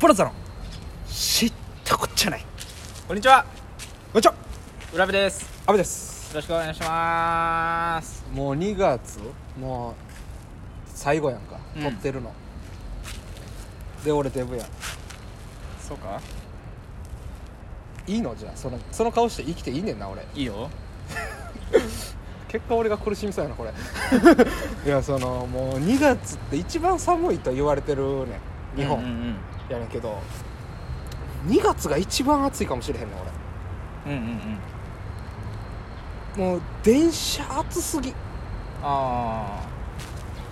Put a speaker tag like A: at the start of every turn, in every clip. A: プラザの知ったこっちゃない
B: こんにちは
A: こんにちは
B: 浦部ですよ
A: 阿部です
B: ろしくお願いします
A: もう2月もう最後やんか、
B: うん
A: 撮ってるので俺デブやん
B: そうか
A: いいのじゃあそのその顔して生きていいねんな俺
B: いいよ
A: 結果俺が苦しみそうやなこ れいやそのもう2月って一番寒いと言われてるねん日本、
B: うんうん
A: やねんけど2月が一番暑いかもしれへんねん俺
B: うんうんうんう
A: も
B: ん
A: う電車暑すぎ
B: あ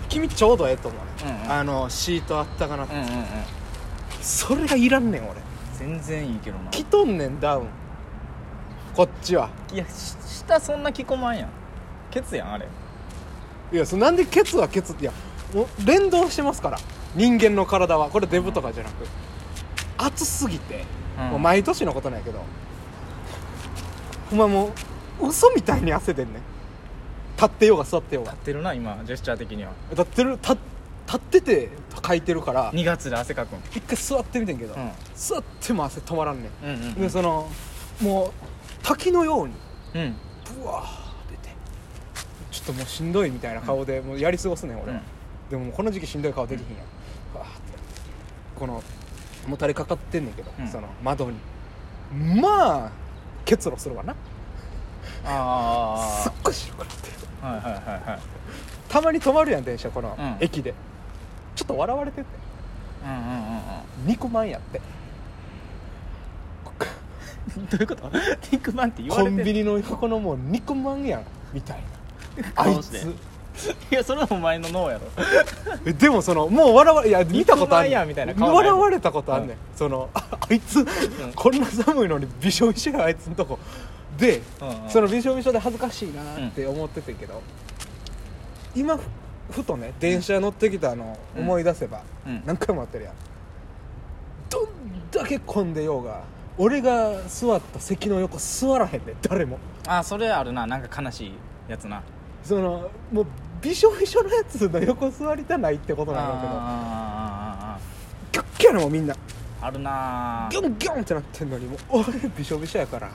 A: 君ちょうどええと思うね、
B: うんうん
A: あのシートあったかな、
B: あうんうんうん
A: それがいらんねん俺
B: 全然いいけどな
A: 着とんねんダウンこっちはい
B: やし下そんな着込まんやんケツやんあれ
A: いやそなんでケツはケツっていやもう連動してますから人間の体はこれデブとかじゃなく暑すぎて、
B: うん
A: もう毎年のことなんやけどお前もう嘘みたいに汗出んねん立ってようが座ってようが
B: 立ってるな今ジェスチャー的には
A: 立ってる立立ってて書いてるから
B: 2月で汗かくん
A: 一回座ってみてんけど、
B: うん
A: 座っても汗止まらんねん
B: うんうん
A: でそのもう滝のように
B: うん
A: ブワー出てちょっともうしんどいみたいな顔でもうやり過ごすねん俺は、でももうこの時期しんどい顔できひんやん、わーってこのもたれかかってんねんけど、
B: うん
A: その窓にまあ結露するわな
B: あ
A: すっごい白くなってる
B: あはいはいはいはい
A: たまに止まるやん電車この
B: うん
A: 駅で、ちょっと笑われてて
B: うんうんうんうん
A: 肉まんやって
B: どういうことティックマンって言わ
A: コ
B: れて
A: ン
B: んの
A: ビニの横のもう肉まんやんみたいなあ
B: ど
A: いう
B: して
A: つ
B: いやそれはお前の脳やろ
A: えでもそのもう笑わいや見たことあん
B: 肉まんやみたいな顔ない
A: 笑われたことあんねん、その ああいつ、こんな寒いのにびしょびしょやあいつのとこで、
B: うんうん
A: そのびしょびしょで恥ずかしいなーって思っててんけど、今ふふとね電車乗ってきたの
B: うん
A: 思い出せば、
B: うん
A: 何回もやってるやんどんだけ混んでようが俺が座った席の横座らへんで誰も
B: あそれあるななんか悲しいやつな
A: そのもうびしょびしょのやつの横座りたないってことなんだけど
B: あ
A: キャッキャなもんみんな
B: ーあーあーあーあるな
A: ギョンギョンってなってんのにもう 俺びしょびしょやから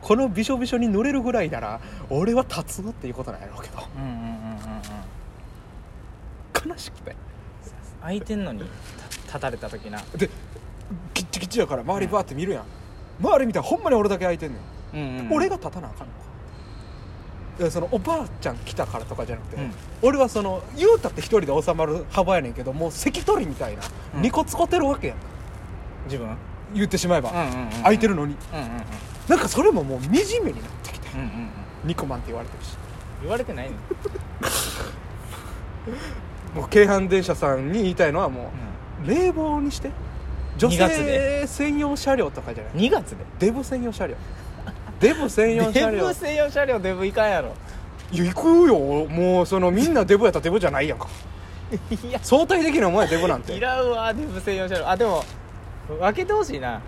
A: このびしょびしょに濡れるぐらいなら俺は立つっていうことなんやろうけど
B: うんうんうんうんうん
A: 悲しくて
B: 空いてんのにた立たれた時な
A: でキッチキチやから周りバーって見るやん、周り見たらほんまに俺だけ空いてんねん、
B: うんうん
A: 俺が立たなあかんのかいやそのおばあちゃん来たからとかじゃなくて、
B: うん
A: 俺はその言うたって一人で収まる幅やねんけどもう関取みたいな、
B: うん
A: ニコつこてるわけやん
B: 自分うん
A: 言ってしまえば、
B: うんうんうん
A: 空いてるのに
B: うんうんうん
A: なんかそれももう惨めになってきて
B: うんうんうん
A: ニコマンって言われてるし
B: 言われてないの
A: もう京阪電車さんに言いたいのはもう冷房にして女
B: 二月
A: 性
B: で
A: 専用車両とかじゃない
B: 2月で
A: デブ専用車両デブ専用車
B: デ
A: 両
B: ブ専用車両デブいかんやろ
A: いや行くよもうそのみんなデブやったらデブじゃないやんか
B: いや
A: 相対的なもんやデブなん
B: い
A: て
B: らんわデブ専用車両あでも分けてほしいな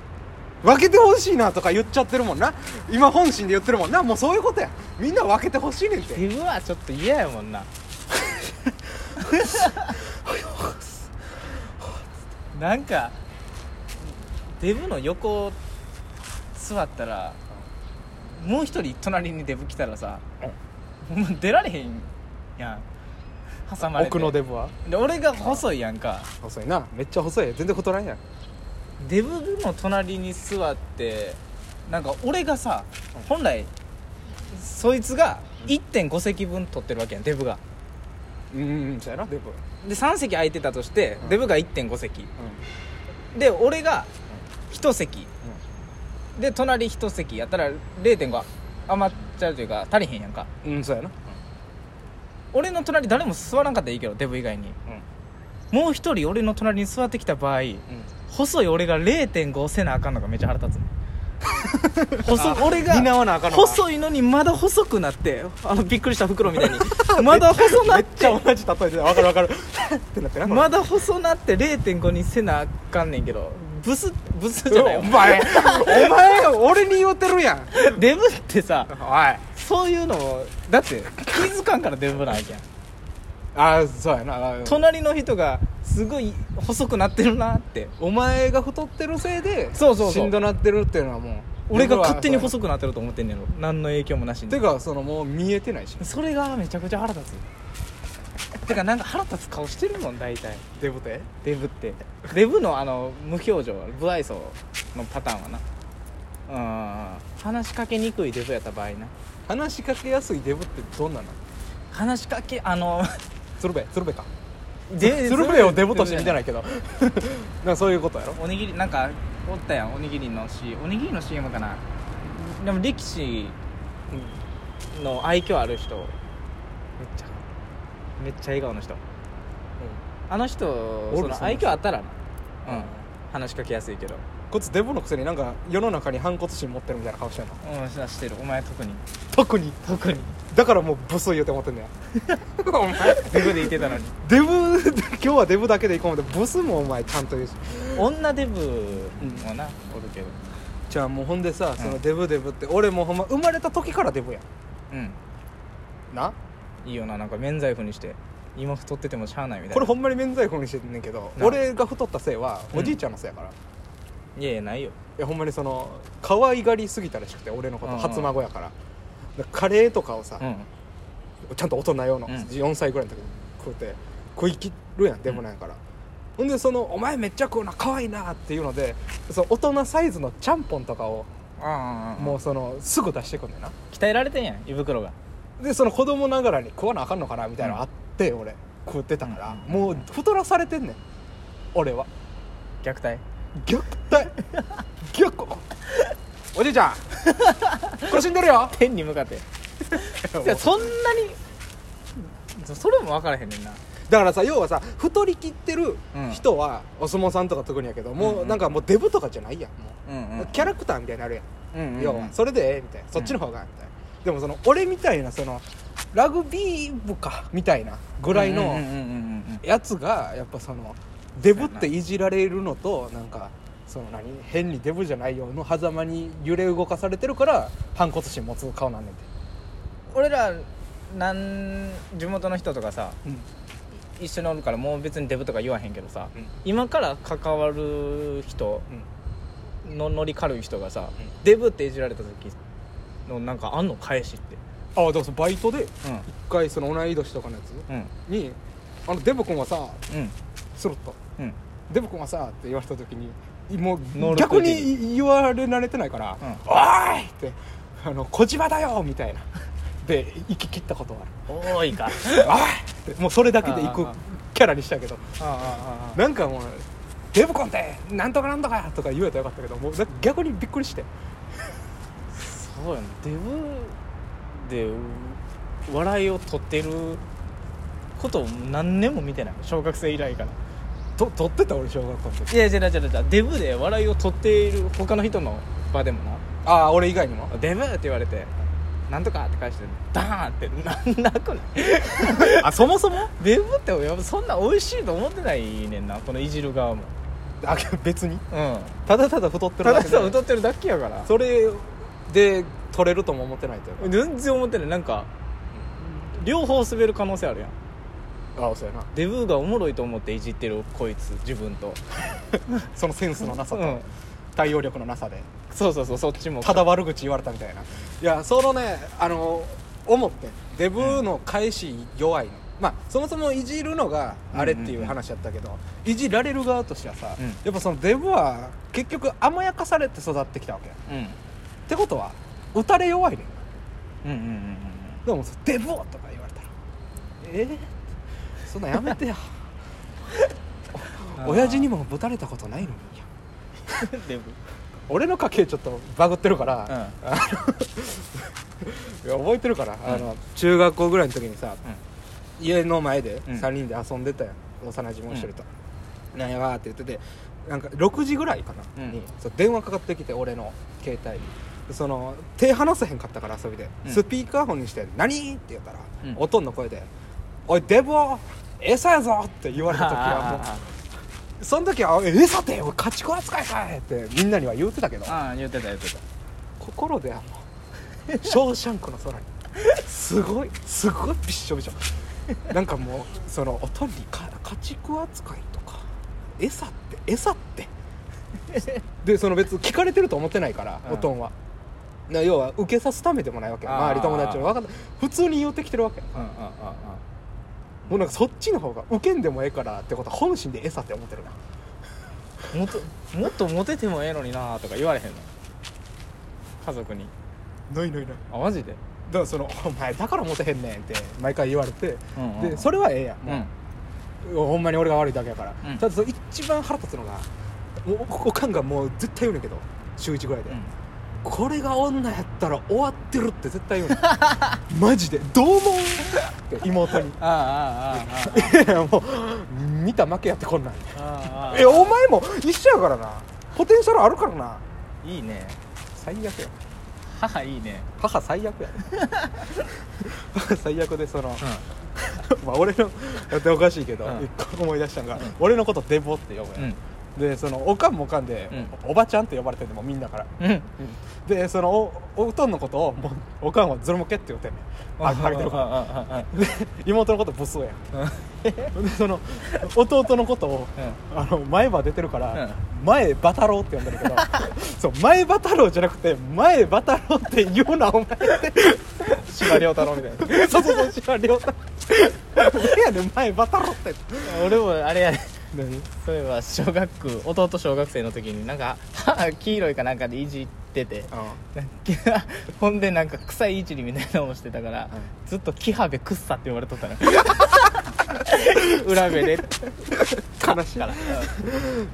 A: 分けてほしいなとか言っちゃってるもんな今本心で言ってるもんなもうそういうことやみんな分けてほしいねんて
B: デブはちょっと嫌やもんななんかデブの横座ったらもう一人隣にデブ来たらさもう出られへんやん挟まれて
A: 奥のデブは
B: で俺が細いやんか
A: 細いなめっちゃ細い全然太らんやん
B: デブの隣に座ってなんか俺がさ本来そいつが1.5席分取ってるわけやんデブが
A: うんうんそうやなデブ、うん、
B: で3席空いてたとして、
A: うん
B: デブが1.5席で俺が1席、で隣1席やったら0.5余っちゃうというか足りへんやんか
A: うん、そうやな
B: 俺の隣誰も座らんかったらいいけどデブ以外に
A: うん
B: もう一人俺の隣に座ってきた場合細い俺が0.5せなあかんのがめっちゃ腹立つ ね細い俺が
A: 担わなあかんのか
B: 細いのにまだ細くなって あのびっくりした袋みたいにまだ細な
A: め
B: っ
A: っちゃ
B: て
A: 同じ例えてたわかるわかるってなってなこれ
B: まだ細なって0.5にせなあかんねんけどブスブスじゃない
A: お
B: よ
A: 前お前俺に言うてるやん
B: デブってさ
A: おい
B: そういうのをだって気づかんからデブなわけやん
A: ああそうやなあー
B: 隣の人がすごい細くなってるなって
A: お前が太ってるせいで
B: そうそうそう
A: しんどなってるっていうのはもう
B: 俺が勝手に
A: く
B: 細くなってると思ってんねやろ何の影響もなしに
A: てかそのもう見えてないし
B: それがめちゃくちゃ腹立つてかなんか腹立つ顔してるもん大体
A: デブて
B: デブってデブのあの無表情不愛想のパターンはなうん話しかけにくいデブやった場合な
A: 話しかけやすいデブってどんなの
B: 話しかけあの
A: 鶴瓶鶴瓶か
B: で
A: 鶴瓶をデブとして見て ないけどなんかそういうことやろ
B: おにぎりなんかおったやんおにぎりの C おにぎりの CM かなでも力士の愛嬌ある人めっちゃめっちゃ笑顔の人あの人
A: る
B: そ
A: そんな
B: の
A: 人
B: 愛嬌あったらなうん、
A: うん
B: 話しかけやすいけど
A: こいつデブのくせになんか世の中に反骨心持ってるみたいな顔してんの
B: うんししてるお前特に
A: 特に
B: 特に
A: だからもうブスい言うて思ってんだよ お前
B: デブでいてたのに
A: デブ 今日はデブだけでいこう思ってブスもお前ちゃんと言うし
B: 女デブもな、おるけど
A: じゃあもうほんでさそのデブデブって、俺もうほんま生まれた時からデブやん
B: うん
A: ない
B: いよななんか免罪符にして今太っててもしゃあないみたいな
A: これほんまに免罪符にしてんねんけど
B: な
A: 俺が太ったせいは
B: うん
A: おじいちゃんのせいやから、い
B: いやいやないよ
A: やほんまにその可愛がりすぎたらしくて俺のこと
B: うんうん
A: 初孫やからだからカレーとかをさ、
B: うん
A: ちゃんと大人用の、
B: うん
A: 4歳ぐらいの時に食うて食い切るやんデブなんやから、ほんでその「お前めっちゃ食うな可愛いな」っていうのでその大人サイズのちゃんぽんとかを
B: ああ
A: も
B: もう
A: うそのすぐ出してくんねんな
B: 鍛えられてんやん胃袋が
A: でその子供ながらに食わなあかんのかなみたいなのあって、俺食ってたから、
B: うん
A: もう太らされてんねん俺は
B: 虐待
A: 虐待 虐おじいちゃんこれ死んでるよ
B: 天に向かっていやそんなにそそれも分からへんねんな
A: だからさ要はさ太りきってる人は、お相撲さんとか特にやけどもう、
B: うんうん
A: なんかもうデブとかじゃないやんも
B: うん
A: う、キャラクターみたいになるやん、
B: うんうん
A: 要はそれでええみたいなそっちの方がみたいな、でもその俺みたいなそのラグビー部かみたいなぐらいの、
B: うんうんうんうん
A: やつがやっぱそのデブっていじられるのとなんかその何変にデブじゃないよの狭間に揺れ動かされてるから反骨心持つ顔なんねんて、
B: 俺らなん地元の人とかさ一緒におるからもう別にデブとか言わへんけどさ、
A: うん
B: 今から関わる人のノリ軽い人がさ、
A: う
B: デブっていじられた時のなんかあんの返しって
A: ああだからそのバイトで一
B: う
A: 回その同い年とかのやつ
B: んうん
A: に「あのデブ君はさ
B: うん
A: スロット
B: うん
A: デブ君はさ」って言われた時にも
B: ノー
A: う
B: ルッ
A: 逆
B: クできる
A: に言われ慣れてないから
B: うん
A: 「おーい!」って「あの小島だよ!」みたいなで行き切ったことはある
B: 多い
A: 「お
B: か
A: い!」ってもうそれだけで行く
B: ああああ
A: キャラにしたけど
B: ああ
A: なんかもう「デブコンってなんとかなんとか!」とか言えたらよかったけどもうなんか逆にびっくりして
B: そうやなデブで笑いを取ってることを何年も見てない小学生以来から
A: と撮ってた俺小学校の時
B: いや違う違う違う違うデブで笑いを取っている他の人の場でもな
A: ああ俺以外にも
B: デブって言われてなんとかって返してダーンってなんな くない
A: あそもそも
B: デブってやっぱそんな美味しいと思ってないねんなこのいじる側も
A: あ別に
B: うん
A: ただただ太って
B: た
A: るだ
B: だ
A: け
B: さ
A: で
B: 歌ってるだけやから
A: それで撮れるとも思ってないという
B: 全然思ってないなんか両方滑る可能性あるやん
A: かああそうやな
B: デブがおもろいと思っていじってるこいつ自分と
A: そのセンスのなさ
B: う
A: と
B: ん
A: 対応力のなさで
B: そうそうそうそっちも
A: ただ悪口言われたみたいないやそのねあの思ってデブの返し弱いの、まあそもそもいじるのがあれっていう話やったけど、いじられる側としてはさ、
B: うん
A: やっぱそのデブは結局甘やかされて育ってきたわけや
B: う
A: っ
B: ん
A: てことは打たれ弱いねん
B: うんうんうん
A: でも「デブ!」とか言われたら「えーそんなんやめてよ
B: うん
A: 親父にもぶたれたことないのに
B: デブ
A: 俺の家系ちょっとバグってるから、
B: う
A: あ
B: ん
A: のいや覚えてるから、あの中学校ぐらいの時にさ、家の前で
B: うん
A: 3人で遊んでたやん、幼馴染も一人と、なんやわーって言っててなんか6時ぐらいかな、
B: うん
A: にそう電話かかってきて俺の携帯にでその手離せへんかったから遊びで、
B: うん
A: スピーカーフォンにして「何?」って言ったら、
B: うん
A: おとんの声で「おいデブを餌やぞ!」って言われた時はもうその時は「え餌って俺家畜扱いかい!」ってみんなには言うてたけど
B: ああ言ってた言ってた
A: 心であの「ショーシャンクの空に」すごいすごいびっしょびしょなんかもうそのおとりか家畜扱いとか餌って餌ってでその別に聞かれてると思ってないから、
B: うん
A: おとんはな要は受けさすためでもないわけよ
B: あー
A: 周り友達に分かんない普通に言ってきてるわけよ
B: うんうんうん
A: もうなんかそっちの方が受けんでもええからってことは本心で餌って思ってるな
B: うんもっともっとモテてもええのになとか言われへんの家族に
A: ないないないだか
B: あマジで、
A: らその「お前だからモテへんねん」って毎回言われて
B: うん
A: でそれはええやん
B: うん
A: もう、ほんまに俺が悪いだけやから、
B: うん
A: ただその一番腹立つのがもうおおかんがもう絶対言うねんけど週1ぐらいで、これが女やったら終わってるって絶対言うねん マジでどう思うって妹に
B: ああああ
A: いやもう見た負けやってこんなん
B: あああああ
A: えお前も一緒やからなポテンシャルあるからない
B: いね
A: 最悪や
B: 母いいね
A: 母最悪 や母最悪でその、
B: う
A: まあ俺のやっておかしいけど、
B: うん
A: 一個思い出したのが、俺のことデボって呼ぶやん、
B: ん
A: でそのおかんもおかんで、おばちゃんって呼ばれててもうみんなから、
B: うん
A: でそのおおとんのことをもうおかんはズル向けって言うてんねんああげてるから
B: あ
A: で 妹のことブスやんでその弟のことをあの前歯出てるから、前バタロウって呼んでるけど そう前バタロウじゃなくて前バタロウって言うなお前って
B: 司馬遼太郎みたいな
A: そうそうそう知らんりょうた何やねん前バタロウって
B: 俺もあれやね
A: 何
B: そういえば小学区弟小学生の時になんか歯黄色いかなんかでいじってて
A: あ
B: なんかほんでなんか臭いいじりみたいなのをしてたから、ずっと「木ハベくっさ」って言われ とったの裏目で
A: 悲しい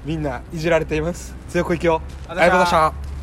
A: みんないじられています強く生きようありがとう
B: ありがとう
A: ござ
B: ござい
A: い
B: ま
A: ま
B: し
A: したた